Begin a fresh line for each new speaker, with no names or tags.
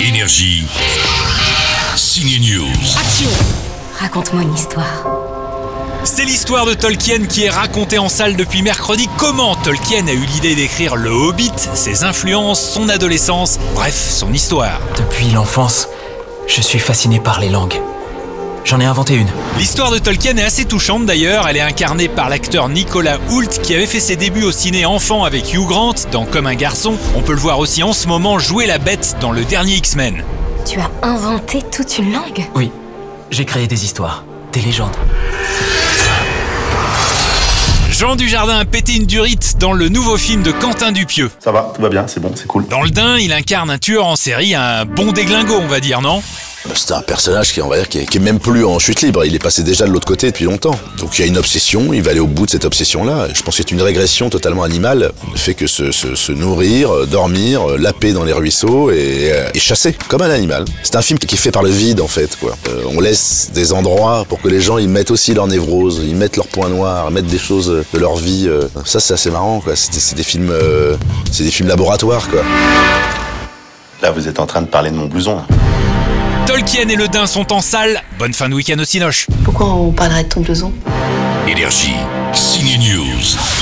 Énergie. Signe News.
Raconte-moi une histoire.
C'est l'histoire de Tolkien qui est racontée en salle depuis mercredi. Comment Tolkien a eu l'idée d'écrire Le Hobbit, ses influences, son adolescence, bref, son histoire.
Depuis l'enfance, je suis fasciné par les langues. J'en ai inventé une.
L'histoire de Tolkien est assez touchante d'ailleurs, elle est incarnée par l'acteur Nicolas Hoult qui avait fait ses débuts au ciné enfant avec Hugh Grant dans Comme un garçon. On peut le voir aussi en ce moment jouer la bête dans le dernier X-Men.
Tu as inventé toute une langue
Oui, j'ai créé des histoires, des légendes.
Jean Dujardin a pété une durite dans le nouveau film de Quentin Dupieux.
Ça va, tout va bien, c'est bon, c'est cool.
Dans le Dain, il incarne un tueur en série, un bon déglingo on va dire, non
Bah, C'est un personnage qui, on va dire, qui est, qui est même plus en chute libre. Il est passé déjà de l'autre côté depuis longtemps. Donc il y a une obsession, il va aller au bout de cette obsession-là. Et Je pense que c'est une régression totalement animale. Le fait que se, se- se nourrir, euh, dormir, euh, laper dans les ruisseaux et, euh, et chasser, comme un animal. C'est un film qui est fait par le vide, en fait. Quoi. Euh, on laisse des endroits pour que les gens, ils mettent aussi leur névrose, ils mettent leurs points noirs, ils mettent des choses euh, de leur vie. euh. Ça, c'est assez marrant, quoi. C'est des- c'est des films... euh, c'est des films laboratoires, quoi.
Là, vous êtes en train de parler de mon blouson. là.
Tolkien et le Dain sont en salle. Bonne fin de week-end au Cinoche.
Pourquoi on parlerait de ton blouson
Énergie. Signe News.